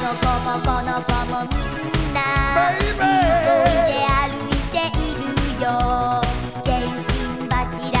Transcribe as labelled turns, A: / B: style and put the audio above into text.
A: もこの子もみんな